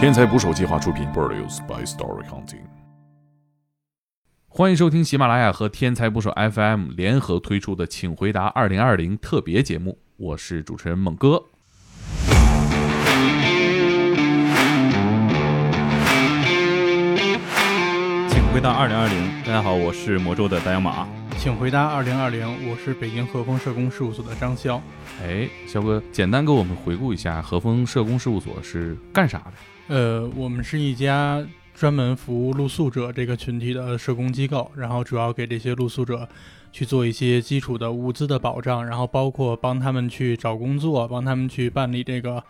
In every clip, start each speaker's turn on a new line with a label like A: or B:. A: 天才捕手计划出品，Produced by Story Hunting。
B: 欢迎收听喜马拉雅和天才捕手 FM 联合推出的《请回答2020》特别节目，我是主持人猛哥。
C: 请回答二零二零，大家好，我是魔咒的白羊马。
D: 请回答二零二零，我是北京和风社工事务所的张潇。
B: 哎，肖哥，简单给我们回顾一下和风社工事务所是干啥的？
D: 呃，我们是一家专门服务露宿者这个群体的呃社工机构，然后主要给这些露宿者去做一些基础的物资的保障，然后包括帮他们去找工作，帮他们去办理这个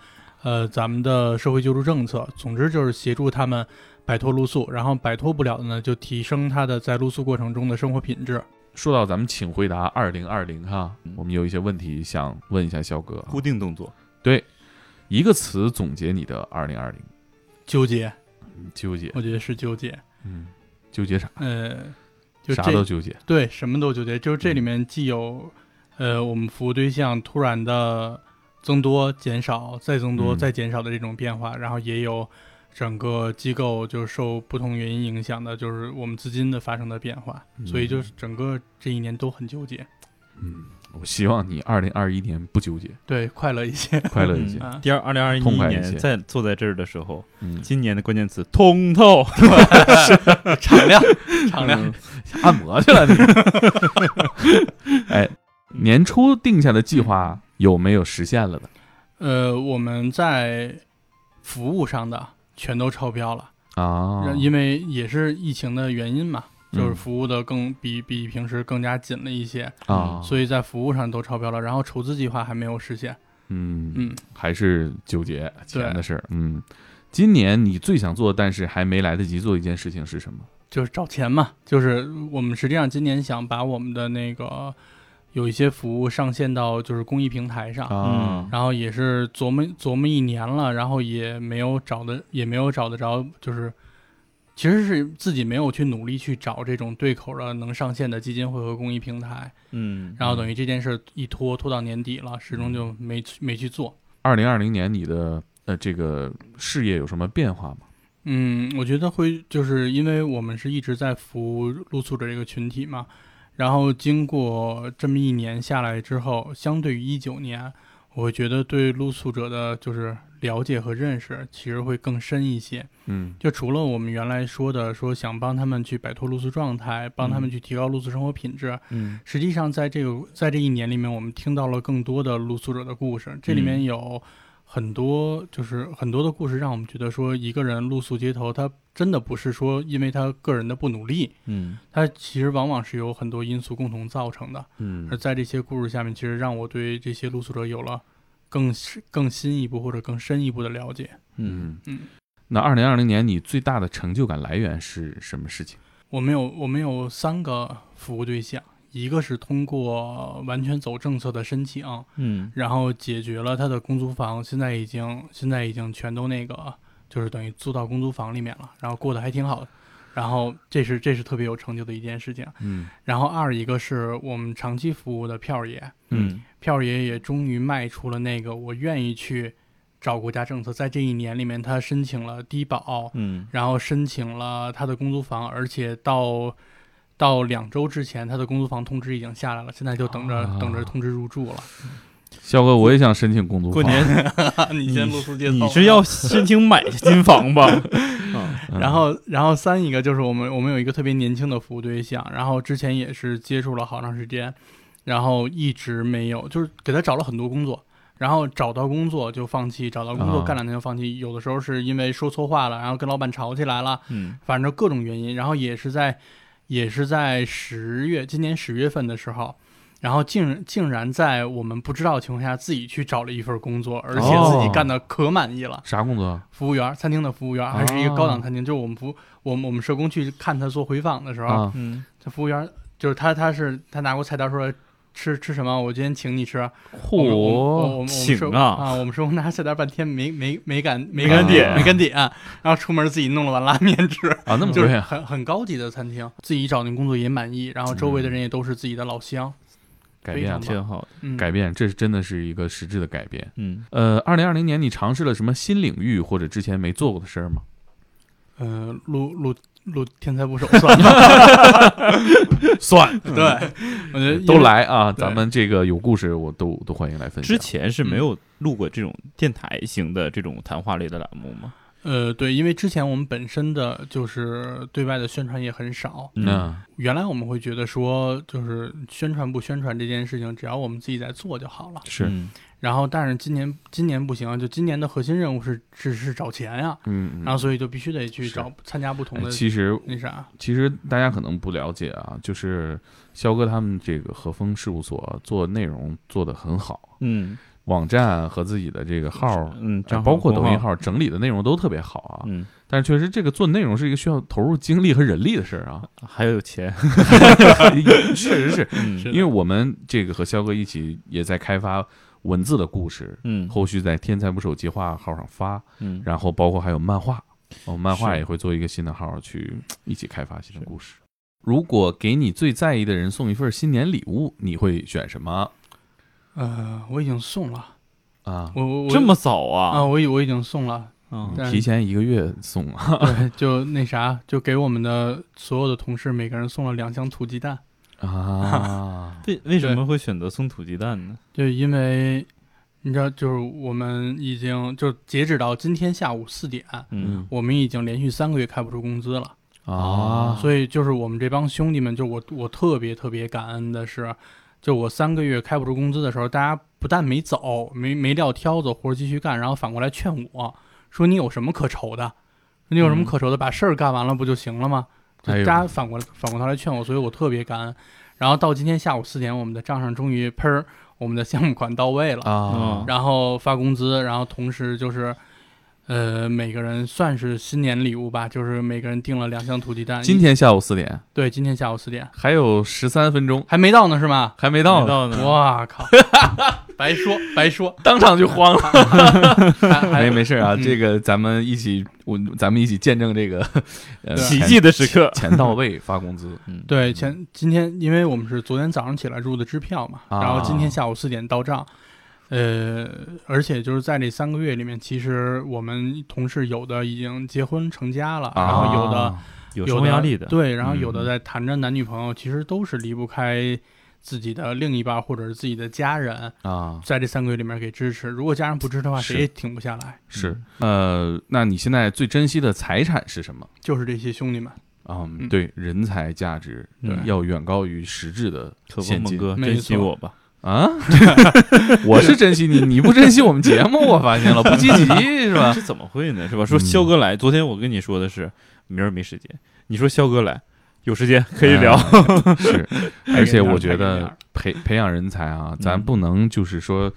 D: 呃咱们的社会救助政策。总之就是协助他们摆脱露宿，然后摆脱不了的呢，就提升他的在露宿过程中的生活品质。
B: 说到咱们《请回答2020》哈，
D: 嗯
B: 我们有一些问题想问一下肖哥啊，
C: 固定动作，
B: 一个词总结你的2020，
D: 纠结，
B: 纠结，
D: 我觉得是纠结。
B: 嗯，纠结啥？
D: 呃，就
B: 啥
D: 这
B: 都嗯纠结。
D: 对，什么都纠结，就是这里面既有，呃，我们服务对象突然的增多、减少、再增多、
B: 嗯
D: 再减少的这种变化，然后也有整个机构就受不同原因影响的，就是我们资金的发生的变化，所以就是整个这一年都很纠结，
B: 嗯，我希望你2021年不纠结，
D: 对，快乐一 些
B: 快乐一些。
D: 啊。
C: 第二二零二一
B: 痛快一些
C: 年在坐在这儿的时候，
B: 嗯，
C: 今年的关键词通透。
D: 敞亮，敞亮
B: 嗯，按摩去了你。 哎，年初定下的计划有没有实现了的
D: 呃，我们在服务上的全都超标了。
B: 啊？
D: 因为也是疫情的原因嘛，就是
B: 嗯
D: 服务的更比比平时更加紧了一些，
B: 啊，
D: 嗯所以在服务上都超标了。然后筹资计划还没有实现，
B: 嗯
D: 嗯，
B: 还是纠结钱
D: 对
B: 的事儿。嗯，今年你最想做但是还没来得及做一件事情是什么？
D: 就是找钱嘛，就是我们实际上今年想把我们的那个有一些服务上线到就是公益平台上。
B: 啊
D: 然后也是琢磨琢磨一年了，然后也没有找的，也没有找得着，就是其实是自己没有去努力去找这种对口的能上线的基金会和公益平台，
C: 嗯，
D: 然后等于这件事儿一拖拖到年底了，始终就没去没去做。
B: 二零二零年你的呃这个事业有什么变化吗？
D: 嗯，我觉得会就是因为我们是一直在服务露宿者这个群体嘛，然后经过这么一年下来之后，相对于一九年，我会觉得对露宿者的就是了解和认识其实会更深一些。
B: 嗯
D: 就除了我们原来说的说想帮他们去摆脱露宿状态，帮他们去提高露宿生活品质，
C: 嗯
D: 实际上，在这个在这一年里面，我们听到了更多的露宿者的故事，这里面有很多就是很多的故事，让我们觉得说，一个人露宿街头，他真的不是说因为他个人的不努力，
C: 嗯
D: 他其实往往是有很多因素共同造成的。而
C: 嗯
D: 在这些故事下面，其实让我对这些露宿者有了更更新一步或者更深一步的了解。
C: 嗯，
D: 嗯，
B: 那二零二零年你最大的成就感来源是什么事情？
D: 我们有我们有三个服务对象，一个是通过完全走政策的申请。
C: 嗯
D: 然后解决了他的公租房，现在已经现在已经全都那个，就是等于租到公租房里面了，然后过得还挺好的。然后这是这是特别有成就的一件事情。
B: 嗯
D: 然后二一个是我们长期服务的票爷，
C: 嗯
D: 票爷也终于迈出了那个我愿意去找国家政策，在这一年里面，他申请了低保，
C: 嗯
D: 然后申请了他的公租房，而且到。到两周之前，他的公租房通知已经下来了，现在就等着、
B: 啊
D: 等着通知入住了。
B: 肖哥，我也想申请公租
C: 过
B: 房。
C: 年
D: 你
C: 先
D: 露宿街
C: 你是要申请买新房吧？啊
B: 嗯
D: 然后，然后三一个就是我们我们有一个特别年轻的服务对象，然后之前也是接触了好长时间，然后一直没有，就是给他找了很多工作，然后找到工作就放弃，找到工作
B: 啊
D: 干两天就放弃，有的时候是因为说错话了，然后跟老板吵起来了，
C: 嗯
D: 反正各种原因，然后也是在也是在十月今年十月份的时候。然后竟竟然在我们不知道的情况下，自己去找了一份工作，而且自己
B: 哦
D: 干的可满意了。
B: 啥工作？啊
D: 服务员儿，餐厅的服务员儿，还是一个高档
B: 哦
D: 餐厅。就是我们服我们我们社工去看他做回访的时候，
B: 啊，
C: 嗯，
D: 这服务员儿就是他，他是他拿过菜单说哎吃吃什么，我今天请你吃。我们我们
B: 嚯，
D: 我们我们
C: 请
D: 社
C: 啊
D: 啊！我们社工拿菜单半天没没没敢没
C: 敢点
D: 没敢点，然后出门自己弄了碗拉面吃，
B: 啊， 那么
D: 就
B: 贵
D: 是
B: 啊！
D: 很很高级的餐厅，自己找那工作也满意，然后周围的人也都是自己的老乡。
B: 改变
D: 非
B: 了
D: 常，
C: 挺好的。
D: 嗯
B: 改变，这是真的是一个实质的改变。
C: 嗯，
B: 呃，二零二零年你尝试了什么新领域或者之前没做过的事儿吗？
D: 呃，录录录天才捕手算 了，
B: 算，
D: 对，我觉得呃因为
B: 都，来啊！
D: 对
B: 咱们这个有故事，我都都欢迎来分享
C: 之。前是没有录过这种电台型的这种谈话类的栏目吗？
D: 呃，对，因为之前我们本身的就是对外的宣传也很少，
B: 嗯，
D: 原来我们会觉得说，就是宣传不宣传这件事情，只要我们自己在做就好了。
B: 是，
C: 嗯
D: 然后，但是今年今年不行啊，就今年的核心任务是只是找钱呀、
B: 嗯，
D: 然后所以就必须得去
B: 是
D: 找参加不同
B: 哎
D: 的
B: 其实
D: 那啥，
B: 其实大家可能不了解啊，就是肖哥他们这个和风事务所做内容做得很好，
C: 嗯
B: 网站和自己的这个号儿，
C: 嗯，
B: 哎
C: 账号
B: 包括抖音，
C: 公
B: 号儿整理的内容都特别好啊。
C: 嗯，
B: 但是确实，这个做内容是一个需要投入精力和人力的事儿啊。
C: 还有钱，
B: 确实是
C: 嗯
B: 因为我们这个和肖哥一起也在开发文字的故事，
C: 嗯
B: 后续在天才捕手计划号上发，
C: 嗯，
B: 然后包括还有漫画，哦，漫画
C: 是
B: 也会做一个新的号去一起开发新的故事。如果给你最在意的人送一份新年礼物，你会选什么
D: 呃，我已经送了，
B: 啊？
D: 我嗯我我
C: 这么早啊
D: 啊，？我已我已经送了，
C: 啊
D: 但
B: 嗯提前一个月送啊？
D: 对，就那啥，就给我们的所有的同事每个人送了两箱土鸡蛋，
B: 啊
C: 为为什么会选择送土鸡蛋呢？
D: 就因为你知道，就是我们已经就截止到今天下午四点，
B: 嗯
D: 我们已经连续三个月开不出工资了，
B: 啊！
D: 所以就是我们这帮兄弟们，就我我特别特别感恩的是，就我三个月开不出工资的时候，大家不但没走，没没撂挑子，活儿继续干，然后反过来劝我说：“你有什么可愁的？你有什么可愁的？把事儿干完了不就行了吗？”
B: 嗯
D: 就
B: 哎呦
D: 大家反过来反过头来劝我，所以我特别感恩。然后到今天下午四点，我们的账上终于喷儿，我们的项目款到位了，
B: 啊
C: 嗯，
D: 然后发工资，然后同时就是。呃，每个人算是新年礼物吧，就是每个人订了两箱土鸡蛋。
B: 今天下午四点，
D: 对，今天下午四点
B: 还有十三分钟，
D: 还没到呢，是吗？
B: 还没到
C: 没
B: 呢，
C: 到呢，
D: 哇靠，白说白说，
B: 当场就慌了。
D: 还还
B: 没没事啊，
D: 嗯
B: 这个咱们一起，我咱们一起见证这个 呃
D: 对
C: 奇迹的时刻，
B: 钱钱到位发工资，
C: 嗯，
D: 对前今天，因为我们是昨天早上起来入的支票嘛，
B: 啊
D: 然后今天下午四点到账。呃，而且就是在这三个月里面，其实我们同事有的已经结婚成家了，然后有的
B: 啊
C: 有
D: 有
C: 生活压力的，
D: 对，然后
B: 嗯
D: 有的在谈着男女朋友，其实都是离不开自己的另一半或者是自己的家人，
B: 啊
D: 在这三个月里面给支持。如果家人不支持的话，
B: 是
D: 谁也停不下来，
B: 是呃，那你现在最珍惜的财产是什么？
D: 就是这些兄弟们。
B: 嗯，
D: 嗯
B: 对，人才价值
C: 对
B: 要远高于实质的
C: 可不，
B: 现
C: 猛
B: 金
C: 哥
D: 没
C: 珍惜
D: 错
C: 我吧，
B: 啊！ 我是珍惜你，你不珍惜我们节目，我发现了，不积极是吧？
C: 这怎么会呢？是吧？说
B: 嗯
C: 肖哥来，昨天我跟你说的是明儿没时间，你说肖哥来有时间可以聊。
B: 哎 是，而且我觉
D: 太给面
B: 得
D: 儿
B: 培培养人才啊，咱
C: 嗯
B: 不能就是说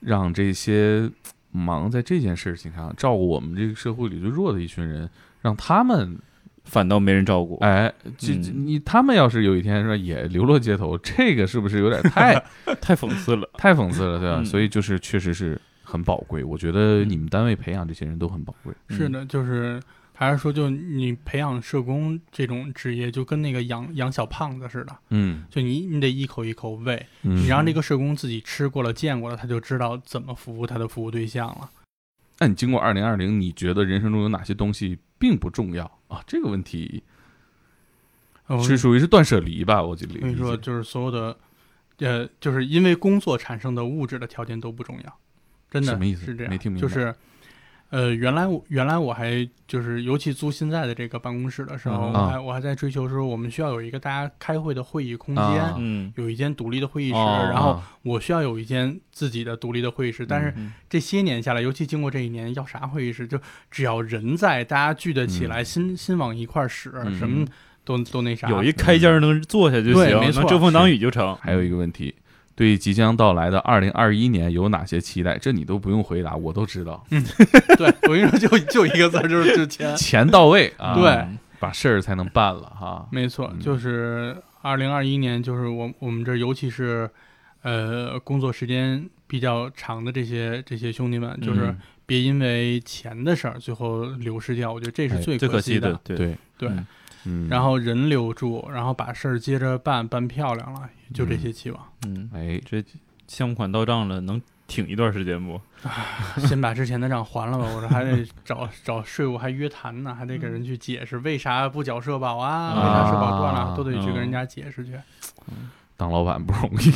B: 让这些忙在这件事情上照顾我们这个社会里最弱的一群人，让他们
C: 反倒没人照顾。
B: 哎，这这
C: 嗯
B: 你他们要是有一天说也流落街头，这个是不是有点 太
C: 太讽刺了。
B: 太讽刺了，对吧？
C: 嗯
B: 所以就是确实是很宝贵，我觉得你们单位培养这些人都很宝贵。
D: 是的，就是还是说，就你培养社工这种职业，就跟那个养养小胖子似的，
B: 嗯，
D: 就你你得一口一口喂，
B: 你
D: 你让这个社工自己吃过了、见过了，他就知道怎么服务他的服务对象了。
B: 那你经过二零二零，你觉得人生中有哪些东西并不重要啊？这个问题
D: 呃我
B: 是属于是断舍离吧？我觉得
D: 跟你说，
B: 理解
D: 就是所有的，呃，就是因为工作产生的物质的条件都不重要，真的
B: 什么意思
D: 是这
B: 没
D: 样，
B: 听明白
D: 就是。呃，原来我原来我还就是，尤其租现在的这个办公室的时候，
C: 嗯
B: 啊
D: 我还我还在追求说，我们需要有一个大家开会的会议空间，
B: 啊
C: 嗯，
D: 有一间独立的会议室，
C: 哦
D: 然后
B: 啊
D: 我需要有一间自己的独立的会议室。但是
C: 嗯
D: 这些年下来，尤其经过这一年，要啥会议室？就只要人在，大家聚得起来，心心往一块儿使，
B: 嗯
D: 什么都都那啥。
C: 嗯有一开间儿能坐下就
D: 对
C: 行，
D: 没错
C: 能遮风挡雨就成。
B: 还有一个问题，对即将到来的二零二一年有哪些期待？这你都不用回答，我都知道。。
D: 对，我跟你说，就就一个字儿，就是就是钱
B: 钱到位啊，
D: 对，
B: 把事儿才能办了哈。
D: 没错
B: 嗯，
D: 就是二零二一年，就是我我们这儿尤其是，呃，工作时间比较长的这些这些兄弟们，就是
B: 嗯
D: 别因为钱的事儿最后流失掉，我觉得这是
B: 哎
D: 最
C: 最可惜
D: 惜
C: 的，对
B: 对，
D: 对
C: 嗯，嗯
D: 然后人留住，然后把事儿接着办，办漂亮了，就这些期望。
C: 嗯，
B: 哎，
C: 这项目款到账了，能挺一段时间不？
D: 先把之前的账还了吧，我说还得找 找税务，还约谈呢，还得给人去解释为啥不缴社保啊，为啥社保断了，
B: 啊
D: 都得去
C: 嗯
D: 跟人家解释去。
B: 当老板不容易。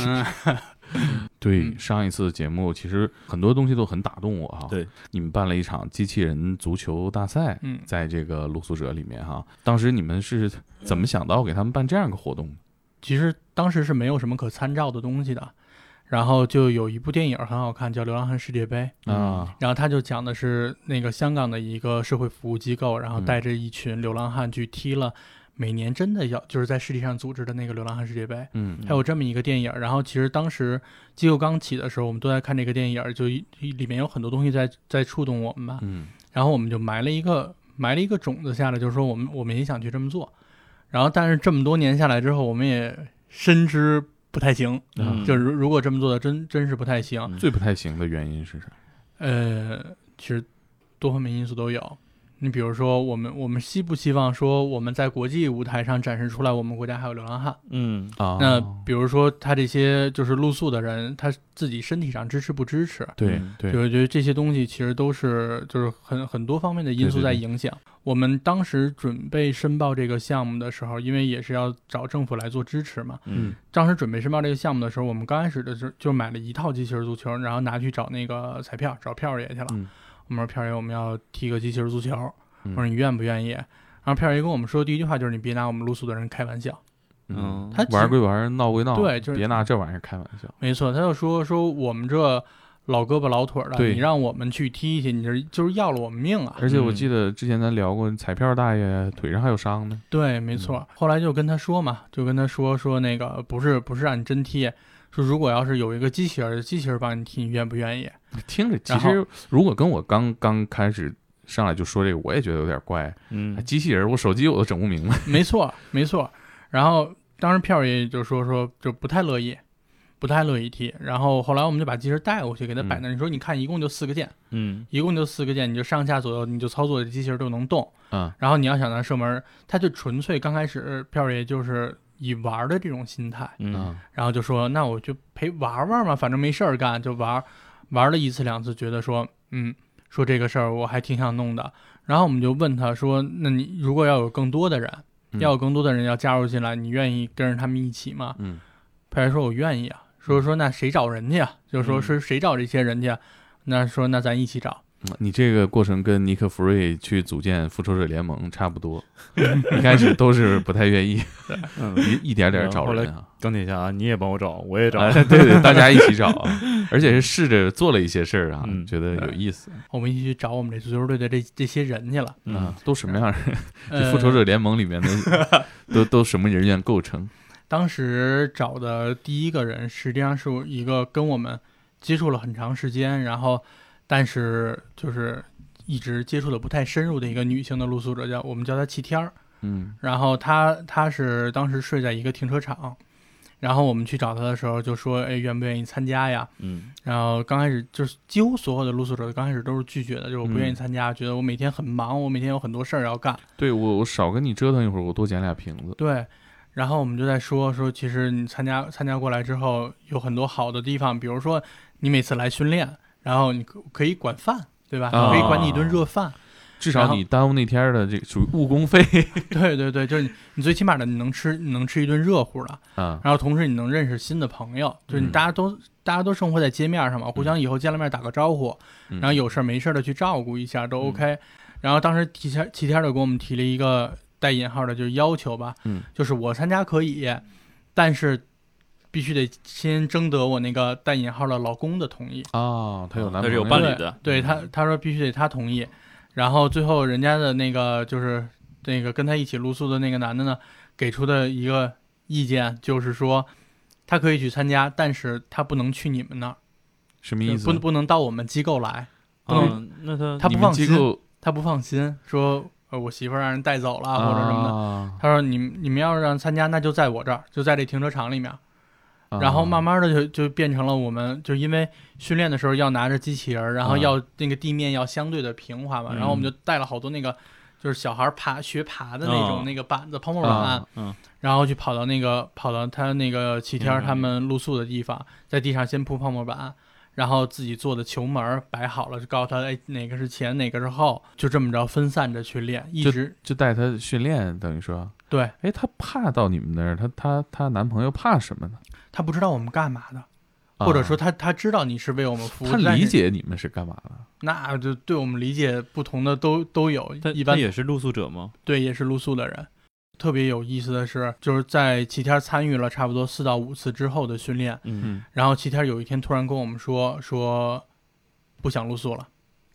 D: 嗯，
B: 对
D: 嗯
B: 上一次节目，其实很多东西都很打动我哈。
C: 对，
B: 你们办了一场机器人足球大赛，
D: 嗯
B: 在这个露宿者里面哈，当时你们是怎么想到给他们办这样一个活动的？
D: 其实当时是没有什么可参照的东西的，然后就有一部电影很好看，叫《流浪汉世界杯》。
B: 啊，
D: 然后他就讲的是那个香港的一个社会服务机构，
B: 嗯
D: 然后带着一群流浪汉去踢了每年真的要就是在世界上组织的那个流浪汉世界杯，
B: 嗯
D: 还有这么一个电影。然后其实当时机构刚起的时候，我们都在看这个电影，就一一里面有很多东西在在触动我们吧。
B: 嗯
D: 然后我们就埋了一个埋了一个种子下来，就是说我们我们也想去这么做。然后但是这么多年下来之后，我们也深知不太行，
C: 嗯
D: 就是如如果这么做的真真是不太行。
C: 嗯
B: 最不太行的原因是啥？
D: 呃，其实多方面因素都有。你比如说，我们我们希不希望说我们在国际舞台上展示出来，我们国家还有流浪汉？
C: 嗯
B: 啊，
D: 那比如说他这些就是露宿的人，他自己身体上支持不支持？
B: 对
C: 嗯
B: 对
D: 就，是觉得这些东西其实都是就是很很多方面的因素
B: 对对
D: 在
B: 对
D: 影响。我们当时准备申报这个项目的时候，因为也是要找政府来做支持嘛，
C: 嗯
D: 当时准备申报这个项目的时候，我们刚开始的时候就买了一套机器人足球，然后拿去找那个彩票找票爷去了。
B: 嗯
D: 我们说票爷，我们要踢个机器人足球，
B: 嗯
D: 我说你愿不愿意？然后票爷跟我们说的第一句话就是：“你别拿我们露宿的人开玩笑。
B: 嗯，
D: 他其实
B: 玩归玩，闹归闹，
D: 对就是
B: 别拿这玩意儿开玩笑。”
D: 没错，他就说说我们这老胳膊老腿儿的，
B: 对
D: 你让我们去踢去，你这就是要了我们命啊！
B: 而且我记得之前咱聊过，彩票大爷腿上还有伤呢。
D: 对，没错。
B: 嗯
D: 后来就跟他说嘛，就跟他说说那个不是不是让你真踢，说如果要是有一个机器人，机器人帮你踢，你愿不愿意？
B: 听着，其
D: 然后
B: 实如果跟我刚刚开始上来就说这个，我也觉得有点怪。
C: 嗯
B: 机器人，我手机我都整不明白。
D: 没错，没错。然后当时票爷就说说就不太乐意，不太乐意踢。然后后来我们就把机器人带过去给他摆那儿，你说你看一共就四个键，
C: 嗯
D: 一共就四个键，你就上下左右你就操作这机器人就能动。
B: 嗯，
D: 然后你要想让射门，他就纯粹刚开始票爷就是以玩儿的这种心态。
C: 嗯
D: 然后就说那我就陪玩玩嘛，反正没事儿干，就玩儿玩了一次两次，觉得说嗯，说这个事儿我还挺想弄的。然后我们就问他说，那你如果要有更多的人，
B: 嗯
D: 要有更多的人要加入进来，你愿意跟着他们一起吗？
B: 嗯，
D: 佩说我愿意啊。说说那谁找人去啊？就说
C: 嗯
D: 是谁找这些人去啊？那说那咱一起找。
B: 你这个过程跟尼克弗瑞去组建复仇者联盟差不多，一开始都是不太愿意，
C: 嗯，
B: 一一点点找人啊。
C: 钢铁侠，你也帮我找，我也找，
B: 啊 对对，大家一起找啊，而且是试着做了一些事儿啊，
C: 嗯
B: 觉得有意思。
D: 我们一起去找我们这足球队的这这些人去了。
B: 啊
C: 嗯，
B: 都什么样儿？这
D: 呃
B: 复仇者联盟里面的 都都什么人员构成？
D: 当时找的第一个人，实际上是一个跟我们接触了很长时间，然后但是就是一直接触的不太深入的一个女性的露宿者，叫我们叫她齐天儿。
B: 嗯
D: 然后她她是当时睡在一个停车场，然后我们去找她的时候就说，哎，愿不愿意参加呀？
C: 嗯
D: 然后刚开始就是几乎所有的露宿者刚开始都是拒绝的，就是我不愿意
B: 嗯
D: 参加，觉得我每天很忙，我每天有很多事儿要干。，
B: 对我我少跟你折腾一会儿，我多捡俩瓶子。
D: 对，然后我们就在说说，其实你参加参加过来之后，有很多好的地方，比如说你每次来训练，然后你可可以管饭，对吧？
B: 啊
D: 可以管你一顿热饭。
B: 至
D: 然
B: 少
D: 后
B: 你耽误那天儿的这个属于误工 费
D: 对对对，就是你你最起码的你能吃，你能吃一顿热乎的，
B: 啊。
D: 然后同时你能认识新的朋友，就是你
B: 嗯
D: 大家都、大家都生活在街面上嘛，互相以后见了面打个招呼，然后
B: 有
D: 有事儿没事儿的去照顾一下
B: 嗯
D: 都 OK。然后当时提前齐天儿就给我们提了一个带引号的，就是要求吧，
B: 嗯
D: 就是我参加可以，但是必须得先征得我那个带引号的老公的同意。
B: 啊，他有男
C: 他
B: 朋
C: 是
B: 友
C: 有伴侣的，
B: 嗯
D: 对他，他说必须得他同意。然后最后人家的那个就是那个跟他一起露宿的那个男的呢，给出的一个意见就是说，他可以去参加，但是他不能去你们那儿，
B: 什么意思？
D: 不不能到我们机构来，
C: 嗯，那他
D: 他
B: 你
D: 不
B: 们
D: 放心
B: 机。构
D: 他不放心，说呃我媳妇儿让人带走了、啊或者什么的。
B: 么
D: 他说你们你们要是让参加，那就在我这儿，就在这停车场里面。
B: 的
D: 然后慢慢的就就变成了我们就因为训练的时候要拿着机器人儿，然后
B: 啊
D: 要那个地面要相对的平滑嘛，
C: 嗯
D: 然后我们就带了好多那个。就是小孩爬学爬的那种
C: 哦
D: 那个板子泡沫板
B: 啊，
C: 嗯
D: 然后去跑到那个跑到他那个齐天儿他们露宿的地方，在地上先铺泡沫板。然后自己做的球门儿摆好了，就告诉他，哎，哪个是前，哪个是后，就这么着分散着去练，一直
B: 就带她训练，等于说，
D: 对
B: 哎，她怕到你们那儿，她她她男朋友怕什么呢？
D: 他不知道我们干嘛的，或者说他他知道你是为我们服务，
B: 她
D: 但是
B: 理解你们是干嘛的？
D: 那就对我们理解不同的都都有
C: 他，
D: 一般
C: 他也是露宿者吗？
D: 对也是露宿的人。特别有意思的是，就是在齐天参与了差不多四到五次之后的训练，
C: 嗯，
D: 然后齐天有一天突然跟我们说说不想露宿了，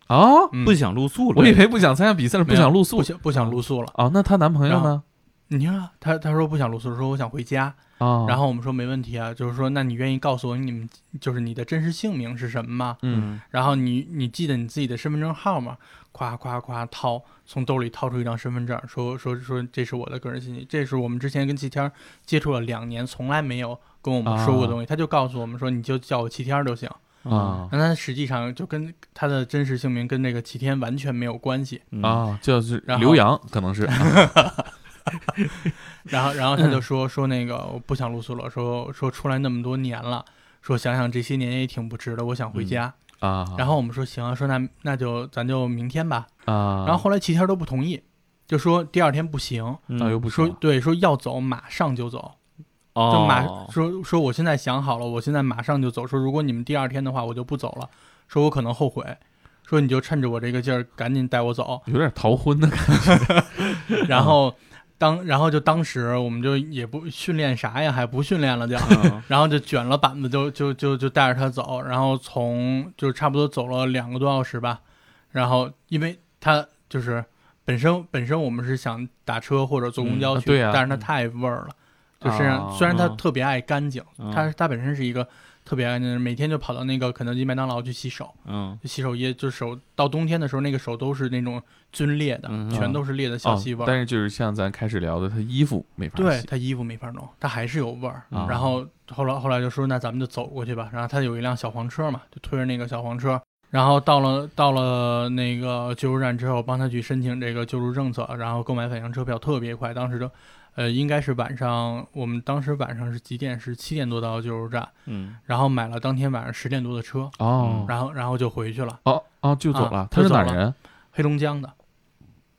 B: 哦，
D: 嗯
C: 不想露宿了。
B: 我以为不想参加比赛了，不想露宿
D: 不。想不想露宿了。
B: 哦，那她男朋友呢？
D: 你看啊他他说不想露宿，说我想回家。
B: 哦，
D: 然后我们说没问题啊，就是说那你愿意告诉我你们就是你的真实姓名是什么吗？
B: 嗯，
D: 然后你你记得你自己的身份证号吗？夸夸夸掏，从兜里掏出一张身份证，说说说这是我的个人信息，这是我们之前跟齐天儿接触了两年，从来没有跟我们说过的东西，他就告诉我们说你就叫我齐天儿就行。
C: 嗯
B: 啊
D: 那他实际上就跟他的真实姓名跟那个齐天完全没有关系。
C: 嗯
B: 啊，就是
D: 嗯然后
B: 刘洋可能是
D: 然后然后他就说说那个我不想露宿了，说说出来那么多年了。说想想这些年也挺不值的，我想回家。
B: 啊，
D: 然后我们说行啊，说那那就咱就明天吧。
B: 啊，
D: 然后后来齐天儿都不同意，就说第二天不行，
C: 嗯
B: 那又不
D: 说
B: 说
D: 对，说要走马上就走，就
C: 哦，
D: 马、说说我现在想好了，我现在马上就走，说如果你们第二天的话，我就不走了，说我可能后悔。说你就趁着我这个劲儿，赶紧带我 走。
B: 有点逃婚的感觉。
D: 然后当然后就当时我们就也不训练啥呀，还不训练了就，
C: 嗯
D: 然后就卷了板子就就就就带着他走，然后从就差不多走了两个多小时吧，然后因为他就是本身本身我们是想打车或者坐公
B: 嗯
D: 交
B: 啊
D: 去，
B: 对啊
D: 但是他太味儿了，就身上、
B: 啊
D: 虽然他
C: 嗯
D: 特别爱干净，
C: 嗯
D: 他他本身是一个特别爱干净的人，每天就跑到那个肯德基、麦当劳去洗手，
C: 嗯
D: 洗手液就手到冬天的时候那个手都是那种皲裂的，
C: 嗯
D: 全都是裂的小
B: 哦
D: 细，纹。
B: 但是就是像咱开始聊的，她衣服没法
D: 对
B: 洗
D: 他衣服没法弄，他还是有味儿。
B: 啊
D: 然后后来后来就说那咱们就走过去吧。然后他有一辆小黄车嘛，就推着那个小黄车。然后到了到了那个救助站之后，帮他去申请这个救助政策，然后购买返乡车票特别快。当时就，呃，应该是晚上，我们当时晚上是几点？是七点多到救助站，
C: 嗯
D: 然后买了当天晚上十点多的车，
B: 哦
D: 然后然后就回去了，
B: 哦哦，就走了
D: 嗯啊。
B: 她是
D: 就走
B: 哪儿
D: 了
B: 人？
D: 黑龙江的，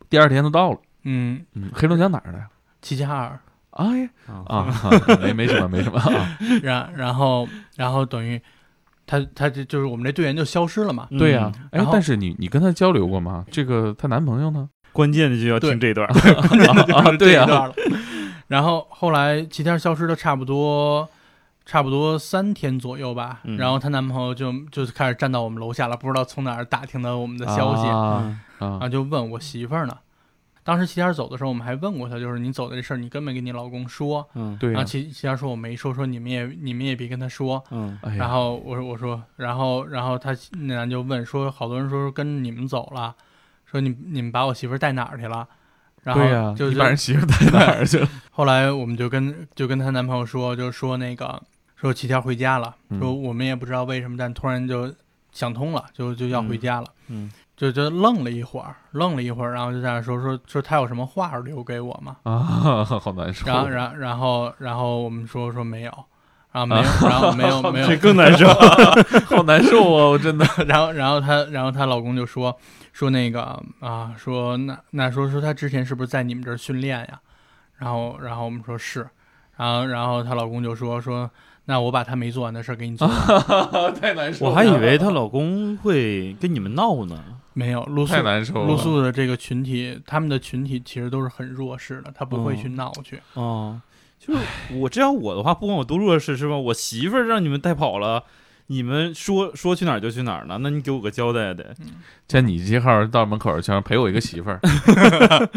B: 第二天就到了。
D: 嗯，
B: 嗯，黑龙江哪儿的呀？
D: 齐齐哈尔，
B: 哎
D: 哦
C: 啊，
B: 啊，没没什么，没什么啊。
D: 然然后然后等于他他就就是我们这队员就消失了嘛，
B: 对呀，
C: 嗯
B: 哎
D: 嗯然，后
B: 但是你你跟她交流过吗？这个她男朋友呢？
C: 关键的就要听这段儿，
B: 啊，对
D: 这一
B: 呀，
D: 段了。 然后后来齐天消失了差不多差不多三天左右吧，
C: 嗯
D: 然后她男朋友就就开始站到我们楼下了，不知道从哪儿打听到我们的消息，
B: 啊
C: 嗯
D: 然
B: 啊
D: 后就问我媳妇儿呢。当时齐天走的时候，我们还问过她，就是你走的这事儿，你根本跟你老公说。
C: 嗯
B: 对啊
D: 然
B: 呀
D: 后，齐齐天说我没说，说你们也你们也别跟他说。
C: 嗯
B: 哎呀
D: 然后我说我说，然后然后他那男就问说，好多人说跟你们走了，说你你们把我媳妇儿带哪儿去了？然
B: 对呀
D: 后，就
B: 你
D: 就
B: 把人媳妇带哪儿去了？
D: 后来我们就跟就跟她男朋友说，就说那个说齐天回家了，
B: 嗯
D: 说我们也不知道为什么，但突然就想通了，就就要回家了，
C: 嗯
D: 就就愣了一会儿，愣了一会儿，然后就在那说说说他有什么话儿留给我吗？
B: 啊， 好难受。
D: 然后然后然后然后我们说说没有，然后没有，然后没有没有
C: 这，更难受。
B: 好难受啊！我真的
D: 然后然后她然后她老公就说说那个啊说那那说说她之前是不是在你们这儿训练呀？然后然后我们说是，然后然后她老公就说说那我把她没做完的事儿给你做完，
B: 太难受了。
C: 我 还以为她老公会跟你们闹呢。
D: 没有露宿
B: 太难受了。
D: 露宿的这个群体，他们的群体其实都是很弱势的，他不
C: 嗯
D: 会去闹去。
C: 哦，就是我这样我的话，不管我多弱势是吧？我媳妇儿让你们带跑了，你们说说去哪儿就去哪儿呢？那你给我个交代得。
B: 像你这号到门口想陪我一个媳 妇儿，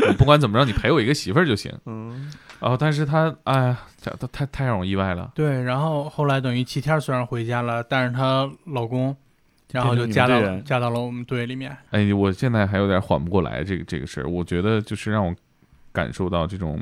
B: 你不管怎么着，你陪我一个媳妇儿就行。
C: 嗯
B: 哦，但是他，哎呀，这他太太让我意外了。
D: 对，然后后来等于齐天儿虽然回家了，但是她老公，然后就
C: 变
D: 加
C: 成你们
D: 到
C: 队员
D: 加到了我们队里面。
B: 哎，我现在还有点缓不过来这个这个事儿。我觉得就是让我感受到这种，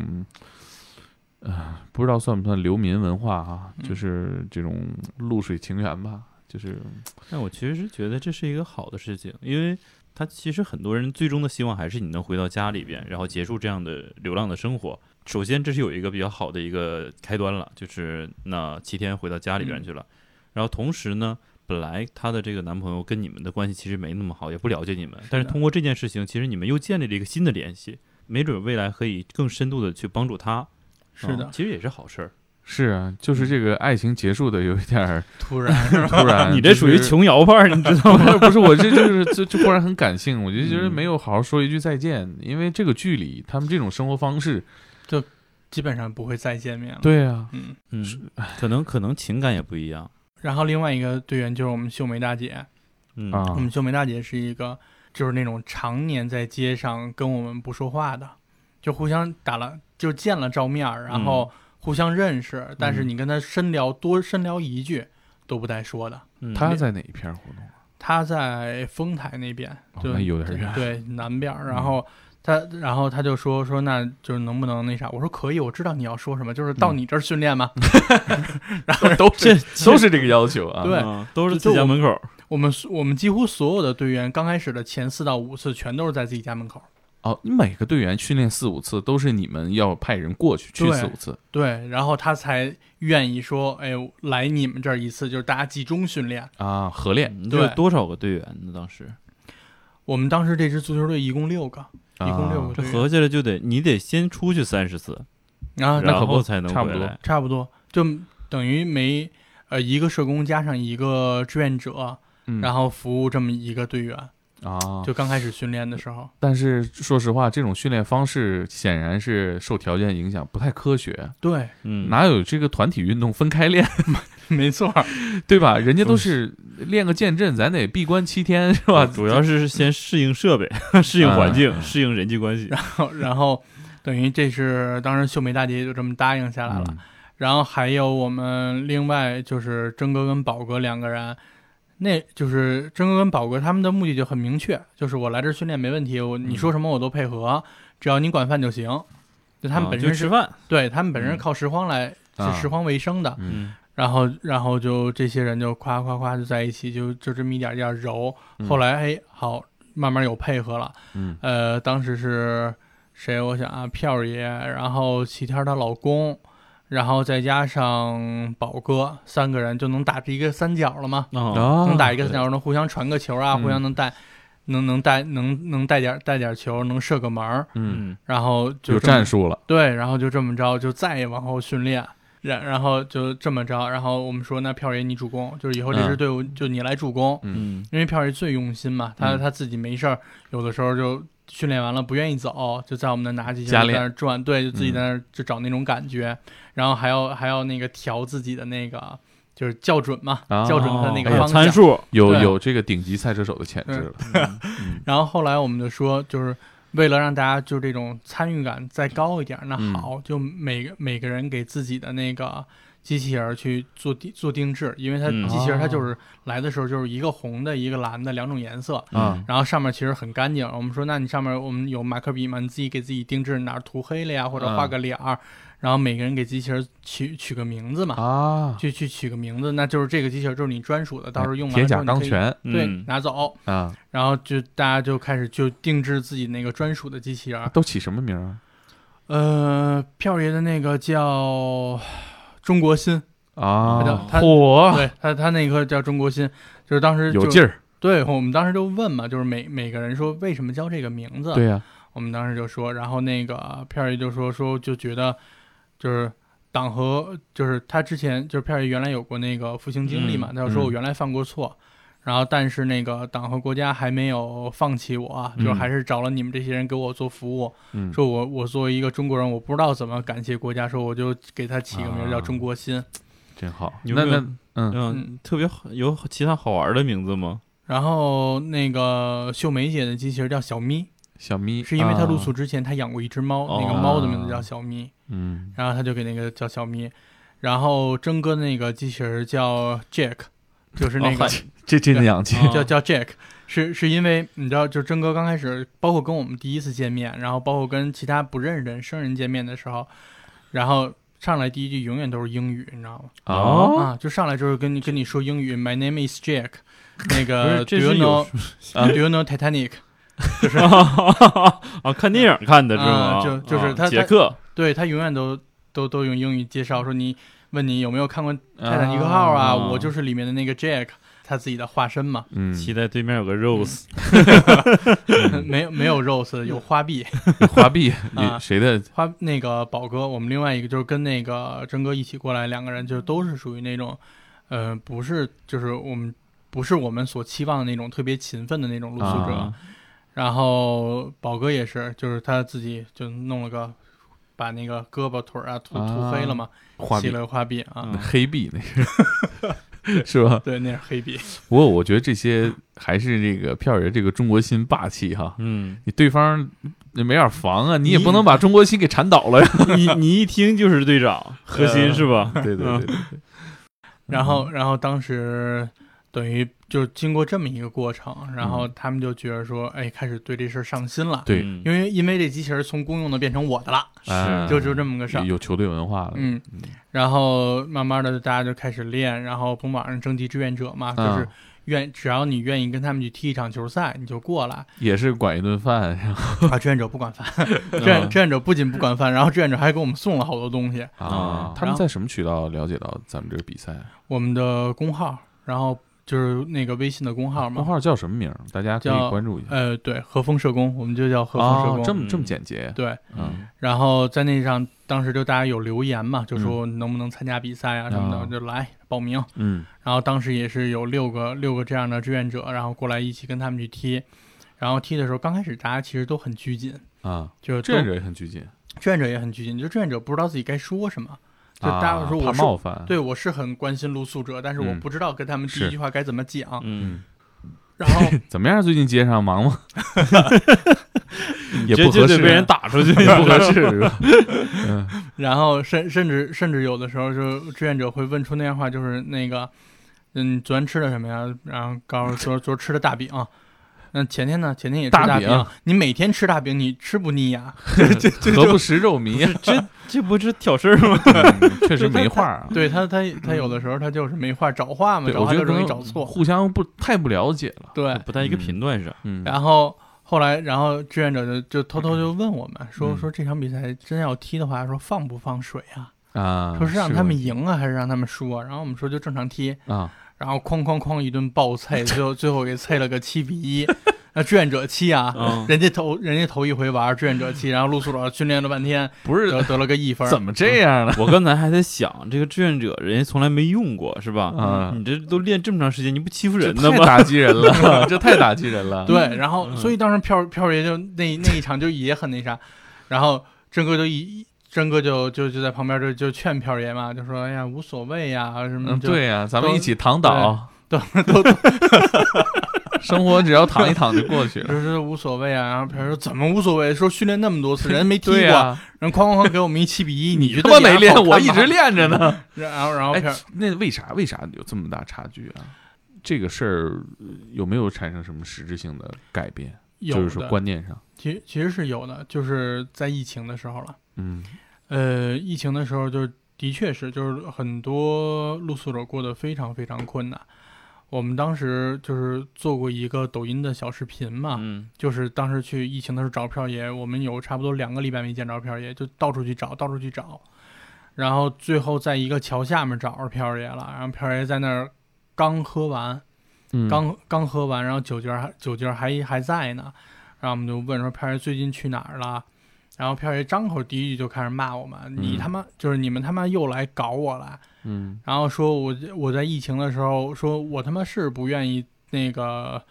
B: 啊、不知道算不算流民文化啊，
D: 嗯
B: 就是这种露水情缘吧，就是
C: 但我其实是觉得这是一个好的事情，因为他其实很多人最终的希望还是你能回到家里边，然后结束这样的流浪的生活。首先，这是有一个比较好的一个开端了，就是那七天回到家
D: 嗯
C: 里边去了。然后同时呢，本来她的这个男朋友跟你们的关系其实没那么好，也不了解你们，但是
D: 的
C: 通过这件事情，其实你们又建立了一个新的联系，没准未来可以更深度的去帮助他。
D: 是
C: 啊
D: 的，
C: 其实也是好事儿。
B: 是啊，就是这个爱情结束的有一点儿
D: 突然是吧？
B: 突然，
C: 你这属于
B: 就是
C: 琼瑶范儿，你知 道
B: 不
C: 吗？
B: 是不是，我这就是就就忽然很感性，我就觉得
C: 嗯
B: 没有好好说一句再见，因为这个距离，他们这种生活方式，
D: 基本上不会再见面了。，
B: 对啊，
D: 嗯。
C: 嗯，可能可能情感也不一样。
D: 然后另外一个队员就是我们秀梅大姐，
C: 嗯
B: 啊
D: 我，们秀梅大姐是一个就是那种常年在街上跟我们不说话的，就互相打了就见了照面儿，然后
B: 嗯
D: 互相认识，但是你跟她深聊多深聊一句都不带说的。
C: 嗯
B: 他在哪一片活动啊？
D: 她在丰台那边，
B: 哦
D: 就、
B: 那有点远嗯
D: 对南边儿。然后她，然后她就说说，那就是能不能那啥？我说可以，我知道你要说什么，就是到你这儿训练 嘛。然后都
C: 这
B: 嗯都是这个要求啊。
D: 对
C: 啊都是
D: 就
C: 自家
D: 我
C: 门口儿。
D: 我们我们几乎所有的队员刚开始的前四到五次全都是在自己家门口。
B: 哦，你每个队员训练四五次，都是你们要派人过去去
D: 对
B: 四五次。
D: 对，然后他才愿意说，哎，来你们这儿一次，就是大家集中训练。
B: 啊，合练
C: 你这有
D: 对
C: 嗯多少个队员呢？当时
D: 我们当时这支足球队一共六个，一共六个
B: 啊
C: 这
D: 队员
C: 合起来就得你得先出去三十次，
D: 啊，
B: 那可
C: 然
B: 不
C: 后才能
B: 差不
C: 回
B: 多
C: 来。
D: 差不多就等于没呃一个社工加上一个志愿者，
B: 嗯
D: 然后服务这么一个队员。
B: 啊，
D: 就刚开始训练的时候，
B: 但是说实话，这种训练方式显然是受条件影响，不太科学。
D: 对，
C: 嗯，
B: 哪有这个团体运动分开练，
D: 没错儿，
B: 对吧？人家都是练个剑阵，咱得闭关七天，是吧？
C: 主要是先适应设备、 适应环
D: 啊
C: 境、适应人际关系。
D: 然后等于这是当时秀梅大姐也就这么答应下来了。
B: 嗯
D: 然后还有我们另外就是真哥跟宝哥两个人，那就是真哥跟宝哥他们的目的就很明确，就是我来这儿训练没问题，我你
C: 嗯
D: 说什么我都配合，只要你管饭就行。就他们
C: 啊
D: 本
C: 就
D: 身是、
C: 吃饭，
D: 对他们本身是
C: 嗯
D: 靠拾荒来、
B: 啊
D: 是拾荒为生的，
B: 嗯，
D: 然后然后就这些人就夸夸夸就在一起，就就这么一点一点揉。
B: 嗯
D: 后来哎好，慢慢有配合了。
B: 嗯
D: 呃，当时是谁？我想啊，票儿爷，然后齐天儿她老公，然后再加上宝哥，三个人就能打这一个三角了嘛？
C: 啊，
B: 啊，
D: 能打一个
B: 对
D: 三角，能互相传个球啊，互相
B: 嗯
D: 能带，能能带能能带点带点球，能射个门儿，
B: 嗯，
C: 嗯，
D: 然后就
B: 有
D: 这么
B: 战术了，
D: 对，然后就这么着，就再也往后训练。然然后就这么着，然后我们说那票儿爷你主攻，就是以后这支
B: 嗯
D: 队伍就你来主攻，
C: 嗯
D: 因为票爷最用心嘛，他
B: 嗯
D: 他自己没事儿，有的时候就训练完了不愿意走，就在我们那拿几
B: 加
D: 下在
B: 练嗯
D: 那儿转，对，就自己在那儿就找那种感觉，然后还要还要那个调自己的那个就是校准嘛，
B: 啊
D: 校准他那个
B: 哎呀
D: 方向。
C: 参数，
B: 有
D: 对
B: 有这个顶级赛车手的潜质了。嗯
D: 然后后来我们就说，就是为了让大家就这种参与感再高一点，那
B: 嗯
D: 好，就每个每个人给自己的那个机器人儿去做定做定制，因为它
C: 嗯
D: 机器人儿它
B: 哦
D: 就是来的时候就是一个红的，一个蓝的两种颜色，
B: 啊
D: 然后上面其实很干净。我们说，那你上面我们有马克笔嘛？你自己给自己定制哪儿涂黑了呀，或者画
B: 嗯
D: 个脸儿，然后每个人给机器人取取个名字嘛，
B: 啊，
D: 去去取个名字，那就是这个机器人就是你专属的，到时候用完
B: 哎铁
D: 了之
B: 甲
D: 后
B: 钢
D: 你可以
B: 拳
D: 对
C: 嗯
D: 拿走，
B: 啊，
D: 然后就大家就开始就定制自己那个专属的机器人儿。
B: 啊都起什么名儿
D: 呃，票爷的那个叫中国心，
B: 啊
D: 他叫
B: 啊？
D: 他
B: 火
D: 对他他那个叫中国心，就是当时
B: 有
D: 就
B: 劲儿，
D: 对我们当时就问嘛，就是每每个人说为什么叫这个名字，
B: 对呀，
D: 我们当时就说，然后那个片儿爷就说说就觉得就是党和就是他之前就是片儿爷原来有过那个服刑经历嘛，
C: 嗯
D: 他就说
B: 嗯
D: 我原来犯过错，然后但是那个党和国家还没有放弃我啊，
B: 嗯
D: 就还是找了你们这些人给我做服务，
B: 嗯，
D: 说我我作为一个中国人，我不知道怎么感谢国家，说我就给他起个名儿叫
B: 啊
D: 中国心，
B: 真好。
C: 有
B: 那
C: 没有
B: 那嗯，
C: 嗯，特别好，有其他好玩的名字吗？
D: 然后那个秀梅姐的机器人叫小咪，
B: 小咪
D: 是因为她露
B: 啊
D: 宿之前她养过一只猫，
C: 哦
D: 那个猫的名字叫小咪。
B: 嗯
D: 然后他就给那个叫小咪，然后征哥那个机器人叫 Jack，就是那个、
C: 哦
B: 这真洋气
C: 啊
D: 叫叫 Jack，是是因为你知道，就征哥刚开始，包括跟我们第一次见面，然后包括跟其他不认识人生人见面的时候，然后上来第一句永远都是英语，你知道吗？
C: 哦
B: 啊
D: 啊，就上来就是跟你跟你说英语，My name is Jack，那
C: 不
D: 个 Do
C: 是，这
D: you
C: 是有
D: know Do you know Titanic？就是
C: 啊，哦看电影看的是吗？
D: 啊就就是
C: 啊
D: 他
C: 杰克，
D: 对他永远都都都用英语介绍说你问你有没有看过《泰坦尼克号》啊，我就是是里面的那个 Jack，他自己的化身嘛，
B: 嗯，
C: 期待对面有个 Rose，
D: 没有没有 Rose，有花臂，
B: 花臂，你
D: 啊
B: 谁的
D: 花那个宝哥，我们另外一个就是跟那个真哥一起过来，两个人就都是属于那种，呃，不是就是我们不是我们所期望的那种特别勤奋的那种露宿者。
B: 啊
D: 然后宝哥也是，就是他自己就弄了个把那个胳膊腿儿啊涂涂黑了嘛，
B: 花
D: 起
B: 臂
D: 了个花臂啊，
C: 嗯
B: 黑臂那 是是吧？
D: 对，那是黑臂，
B: 不过我觉得这些还是这个票爷这个中国心霸气哈，
C: 嗯，
B: 你对方那没法防啊，你也
C: 你
B: 不能把中国心给铲倒 了呀。
C: 你你一听就是队长， 核心是吧？
B: 对对对对对。
D: 然后，然后当时等于就经过这么一个过程，然后他们就觉得说，哎，开始对这事儿上心了，
B: 对
C: 嗯
D: 因为因为这机器人从公用的变成我的了，
B: 啊
D: 就就这么个事儿。
B: 有球队文化了，
D: 嗯，然后慢慢的大家就开始练，然后从网上征集志愿者嘛，就是
B: 啊
D: 愿只要你愿意跟他们去踢一场球赛，你就过来
B: 也是管一顿饭， 然后
D: 啊。志愿者不管饭，志愿志愿者不仅不管饭，然后志愿者还给我们送了好多东西，
B: 啊
C: 啊，
B: 他们在什么渠道了解到咱们这个比赛？啊
D: 我们的公号，然后就是那个微信的公号嘛，
B: 公号叫什么名儿？大家可以
D: 叫
B: 关注一下。
D: 呃，对，和风社工，我们就叫和风社
B: 啊
D: 工，，
B: 这么这么简洁，
D: 对。
B: 嗯
D: 然后在那上，当时就大家有留言嘛，就说能不能参加比赛啊什么的，
B: 啊
D: 就来报名。
B: 嗯
D: 然后当时也是有六个六个这样的志愿者，然后过来一起跟他们去踢。然后踢的时候，刚开始大家其实都很拘谨，
B: 啊，
D: 就
B: 志愿
D: 都
B: 者也很拘谨，
D: 志愿者也很拘谨，就志愿者不知道自己该说什么。就
B: 啊
D: 大家说
B: 怕
D: 我是、
B: 冒犯，
D: 对我是很关心露宿者，但是我
B: 嗯
D: 不知道跟他们第
B: 是
D: 一句话该怎么讲。
C: 嗯，
D: 然后
B: 怎么样？最近街上忙 吗？也
C: 这
B: 不
C: 就
B: 合适，
C: 得
B: 啊嗯
C: 被人打出去，
B: 也不 合适， 是吧？
D: 然后甚甚至甚至有的时候，就志愿者会问出那样话，就是那个，嗯，昨天吃的什么呀？然后告诉说昨儿吃的大饼。嗯，前天呢？前天也吃
B: 大
D: 大饼。
B: 饼
D: 你每天吃大饼，你吃不腻 呀？
B: 何不食肉糜啊？
C: 这这不是挑事儿吗？
B: 嗯确实没话啊。
D: 对他，他他有的时候他就是没话找话嘛，
B: 对，
D: 找
B: 我
D: 话
B: 觉
D: 就
B: 得可
D: 容易
B: 能嗯
D: 找错。
B: 啊互相不太不了解了。
D: 对，
C: 不在一个频段上，
B: 嗯，
D: 然后后来，然后志愿者就就偷偷就问我们说
B: 嗯
D: 说这场比赛真要踢的话，说放不放水啊？
B: 啊，
D: 说是让他
B: 个
D: 们赢啊，还是让他们输啊？然后我们说就正常踢，
B: 啊，
D: 然后哐哐哐一顿暴 菜，最后最后给菜了个七比一。那志愿者 七啊，
C: 嗯
D: 人家头人家头一回玩志愿者七，然后陆宿长训练了半天，
B: 不是
D: 得得了个一分。
B: 怎么这样呢？
C: 我刚才还在想，这个志愿者人家从来没用过，是
D: 嗯
C: 吧？
B: 啊
C: 你这都练这么长时间，你不欺负
B: 这
C: 人呢
B: 太
C: 吗？
B: 打击人了， 这太打击人了。
D: 对，然后
C: 嗯
D: 所以当时票票爷就 那那一场就也很那啥，然后真哥就一真哥就就就在旁边就就劝票爷嘛，就说哎呀无所谓呀什么
B: 嗯，
D: 就，
B: 对呀，咱们一起躺倒，
D: 都都都
B: 生活只要躺一躺就过 去了。
D: 就是无所谓啊。然后票爷说怎么无所谓？说训练那么多次，人家没踢过，
B: 对呀，
D: 然后哐哐哐给我们一七比一，啊你觉
B: 他
D: 得
B: 妈没
D: 脸
B: 练，
D: 好看
B: 我一直
D: 吗。嗯
B: 练着呢。
D: 然后然后
B: 哎
D: 票，
B: 那为啥为啥有这么大差距啊？这个事儿呃有没有产生什么实质性的改变？
D: 有
B: 就是说
D: 的
B: 观念上，
D: 其实其实是有的，就是在疫情的时候了。
B: 嗯
D: 呃，疫情的时候就的确是，就是很多露宿者过得非常非常困难。我们当时就是做过一个抖音的小视频嘛，
C: 嗯，
D: 就是当时去疫情的时候找票爷，我们有差不多两个礼拜没见着票爷，就到处去找，到处去找，然后最后在一个桥下面找着票爷了，然后票爷在那儿刚喝完，
B: 嗯，
D: 刚刚喝完，然后酒劲儿还酒劲儿还还在呢，然后我们就问说片儿最近去哪儿了，然后片儿张口第一句就开始骂我们，你他妈就是你们他妈又来搞我了，
B: 嗯
D: 然后说我我在疫情的时候说我他妈是不愿意那个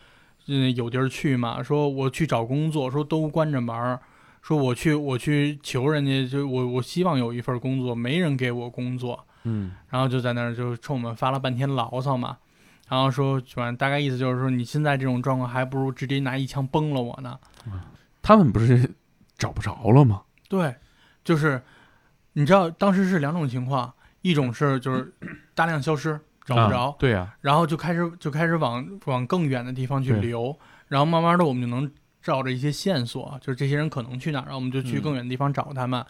D: 嗯有地儿去嘛，说我去找工作，说都关着门儿。说我去，我去求人家，就我我希望有一份工作，没人给我工作，
B: 嗯
D: 然后就在那儿就冲我们发了半天牢骚嘛，然后说反正大概意思就是说你现在这种状况还不如直接拿一枪崩了我呢。
B: 他们不是找不着了吗？
D: 对，就是你知道当时是两种情况，一种是就是大量消失找不着，
B: 啊对呀，
D: 然后就开始就开始往往更远的地方去
B: 对
D: 流，然后慢慢的我们就能照着一些啊线索，就是这些人可能去哪儿，然后我们就去
C: 嗯
D: 更远的地方找他们，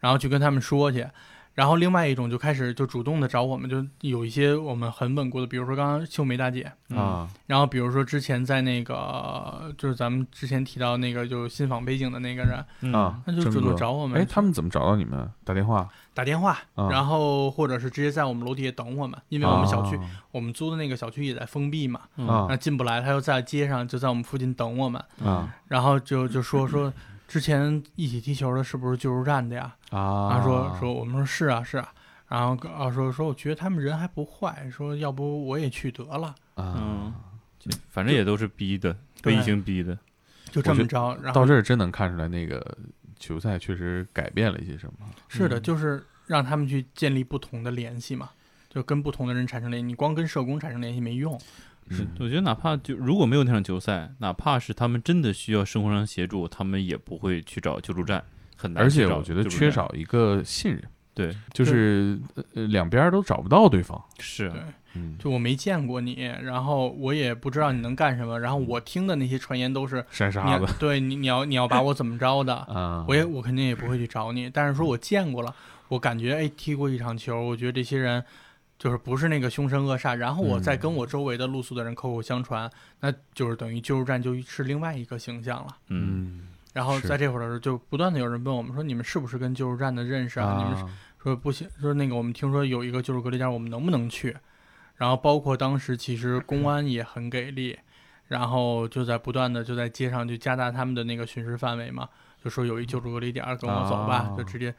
D: 然后去跟他们说去。然后另外一种就开始就主动的找我们，就有一些我们很稳固的，比如说刚刚秀梅大姐，
C: 嗯
B: 啊，
D: 然后比如说之前在那个就是咱们之前提到那个就信访北京的那个人，
C: 嗯
B: 啊
D: 他就
B: 真
D: 主动
B: 哥
D: 找我们，
B: 哎，他们怎么找到你们？打电话
D: 打电话，
B: 啊
D: 嗯然后或者是直接在我们楼底下等我们，因为我们小区、
B: 啊
D: 我们租的那个小区也在封闭嘛，
C: 嗯
B: 啊
D: 那进不来，他又在街上就在我们附近等我们，
B: 啊
D: 然 后就就说说之前一起踢球的是不是救助站的呀？
B: 啊
D: 然后说说我们说是啊是啊，然后啊说说我觉得他们人还不坏，说要不我也去得了，
B: 啊，
C: 嗯，就反正也都是逼的，被
D: 对
C: 疫情逼的。
D: 就这么着。然
B: 到
D: 后
B: 这儿真能看出来，那个球赛确实改变了一些什么。
D: 是的，
C: 嗯
D: 就是让他们去建立不同的联系嘛，就跟不同的人产生联系，你光跟社工产生联系没用。
C: 是
B: 嗯，
C: 我觉得哪怕就如果没有那场球赛，哪怕是他们真的需要生活上协助，他们也不会去找救助站，很难
B: 而
C: 去
B: 且
C: 找救助站。
B: 我觉得缺少一个信任，
C: 对
B: 就是呃呃两边都找不到对方。
C: 是
D: 对
B: 嗯，
D: 就我没见过你，然后我也不知道你能干什么，然后我听的那些传言都是
B: 筛
D: 你
B: 沙
D: 要
B: 子
D: 对你你要你要把我怎么着的，
B: 啊，
D: 我也我肯定也不会去找你，但是说我见过了，我感觉哎踢过一场球，我觉得这些人就是不是那个凶神恶煞，然后我再跟我周围的露宿的人口口相传，那就是等于救助站就是另外一个形象了。
C: 嗯
B: 嗯
D: 然后
B: 是
D: 在这会儿的时候，就不断的有人问我们说，你们是不是跟救助站的认识啊？你们是说不行，说那个我们听说有一个救助隔离点，我们能不能去？然后包括当时其实公安也很给力，然后就在不断的就在街上就加大他们的那个巡视范围嘛，就说有一救助隔离点，跟我走吧，
B: 啊
D: 就直接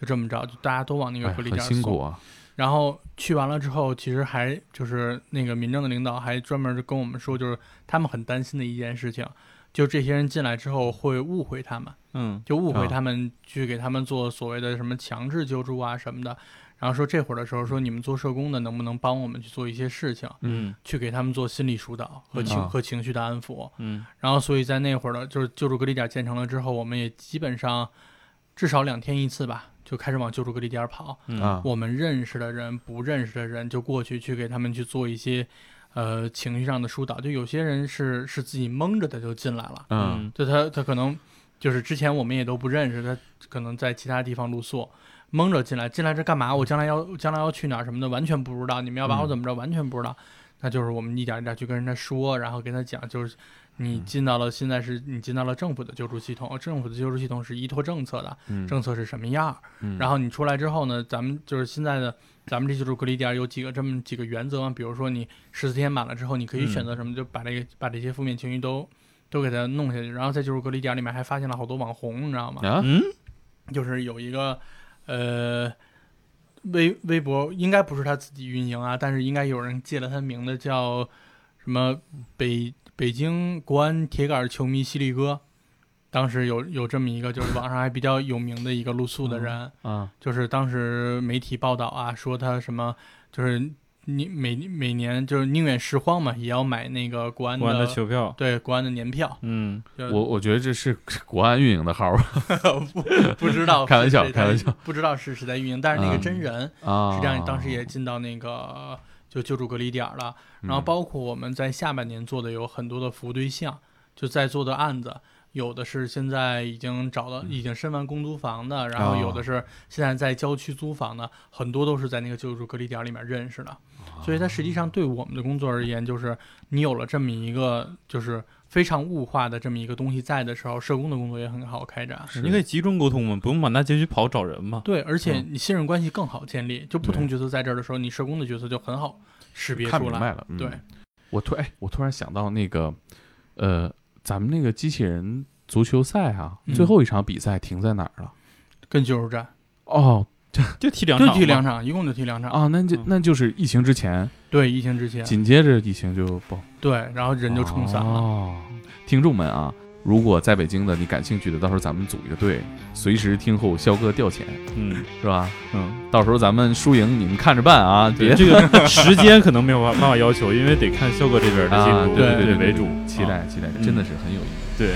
D: 就这么着，就大家都往那个
B: 哎
D: 隔离
B: 很
D: 点
B: 辛苦
D: 送。
B: 啊，
D: 然后去完了之后，其实还就是那个民政的领导还专门就跟我们说，就是他们很担心的一件事情，就这些人进来之后会误会他们。
C: 嗯
D: 就误
B: 啊
D: 会他们去给他们做所谓的什么强制救助啊什么的，然后说这会儿的时候说你们做社工的能不能帮我们去做一些事情，
C: 嗯
D: 去给他们做心理疏导和
B: 嗯
D: 情、
B: 啊
D: 和情绪的安抚。
C: 嗯
D: 然后所以在那会儿的就是救助隔离点建成了之后，我们也基本上至少两天一次吧，就开始往救助隔离点跑。
C: 嗯
B: 啊
D: 我们认识的人、不认识的人就过去去给他们去做一些呃情绪上的疏导，就有些人是是自己蒙着的就进来了。
B: 嗯
D: 就他他可能就是之前我们也都不认识，他可能在其他地方露宿，蒙着进来，进来这干嘛？我将来要将来要去哪儿什么的，完全不知道。你们要把
B: 嗯
D: 我怎么着，完全不知道。那就是我们一点一点去跟人家说，然后跟他讲，就是你
B: 嗯
D: 进到了现在是你进到了政府的救助系统，政府的救助系统是依托政策的，
B: 嗯
D: 政策是什么样儿？
B: 嗯
D: 然后你出来之后呢，咱们就是现在的咱们这就是隔离点有几个这么几个原则嘛，比如说你十四天满了之后，你
B: 嗯
D: 可以选择什么，就把这个把这些负面情绪都都给它弄下去。然后在就是隔离点里面还发现了好多网红，你知道吗？
B: 啊
C: 嗯
D: 就是有一个呃微微博应该不是他自己运营啊，但是应该有人借了他名字叫什么北北京国安铁杆球迷犀利哥。当时有有这么一个，就是网上还比较有名的一个露宿的人，
C: 嗯
B: 啊
D: 就是当时媒体报道啊，说他什么就是你每每年就是宁愿拾荒嘛，也要买那个国安的
C: 国安的球票，
D: 对国安的年票。
C: 嗯
D: 就
B: 我我觉得这是 国安运营的号儿
D: 不 不知道
B: 开玩笑
D: 是谁在
B: 开玩笑，
D: 不知道是谁在运营，但是那个真人
B: 啊，
D: 实际上当时也进到那个就救助隔离点了。然后
B: 嗯
D: 包括我们在下半年做的有很多的服务对象，就在做的案子，有的是现在已经找到、已经申完公租房的，然后
B: 嗯哦
D: 有的是现在在郊区租房的，很多都是在那个救助隔离点里面认识的。
B: 哦
D: 所以它实际上对我们的工作而言，就是你有了这么一个就是非常物化的这么一个东西在的时候，社工的工作也很好开展。
B: 是
C: 你可以集中沟通嘛，不用满大街去跑找人嘛。
D: 对，而且
B: 嗯
D: 你信任关系更好建立。就不同
B: 对
D: 角色在这儿的时候，你社工的角色就很好识别
B: 看
D: 出
B: 明
D: 来。
B: 白了，嗯
D: 对，
B: 我突哎，我突然想到那个，呃，咱们那个机器人足球赛啊，
D: 嗯
B: 最后一场比赛停在哪儿了？
D: 跟救助站
B: 哦，
C: 就踢两
D: 就
C: 场，
D: 踢两，场，一共就踢两场。
B: 啊，那就
C: 嗯
B: 那就是疫情之前，
D: 对，疫情之前，
B: 紧接着疫情就爆，
D: 对，然后人就冲散了。
B: 哦，听众们啊，如果在北京的你感兴趣的，到时候咱们组一个队，随时听候肖哥调遣，
C: 嗯
B: 是吧？
C: 嗯，
B: 到时候咱们输赢你们看着办啊，别
C: 对，这个时间可能没有办法要求，因为得看效果这边的进
B: 啊，
C: 度
B: 对
C: 对
B: 对
C: 为主，
B: 期
C: 啊
B: 待期待，
C: 嗯
B: 真的是很有意义。
C: 对。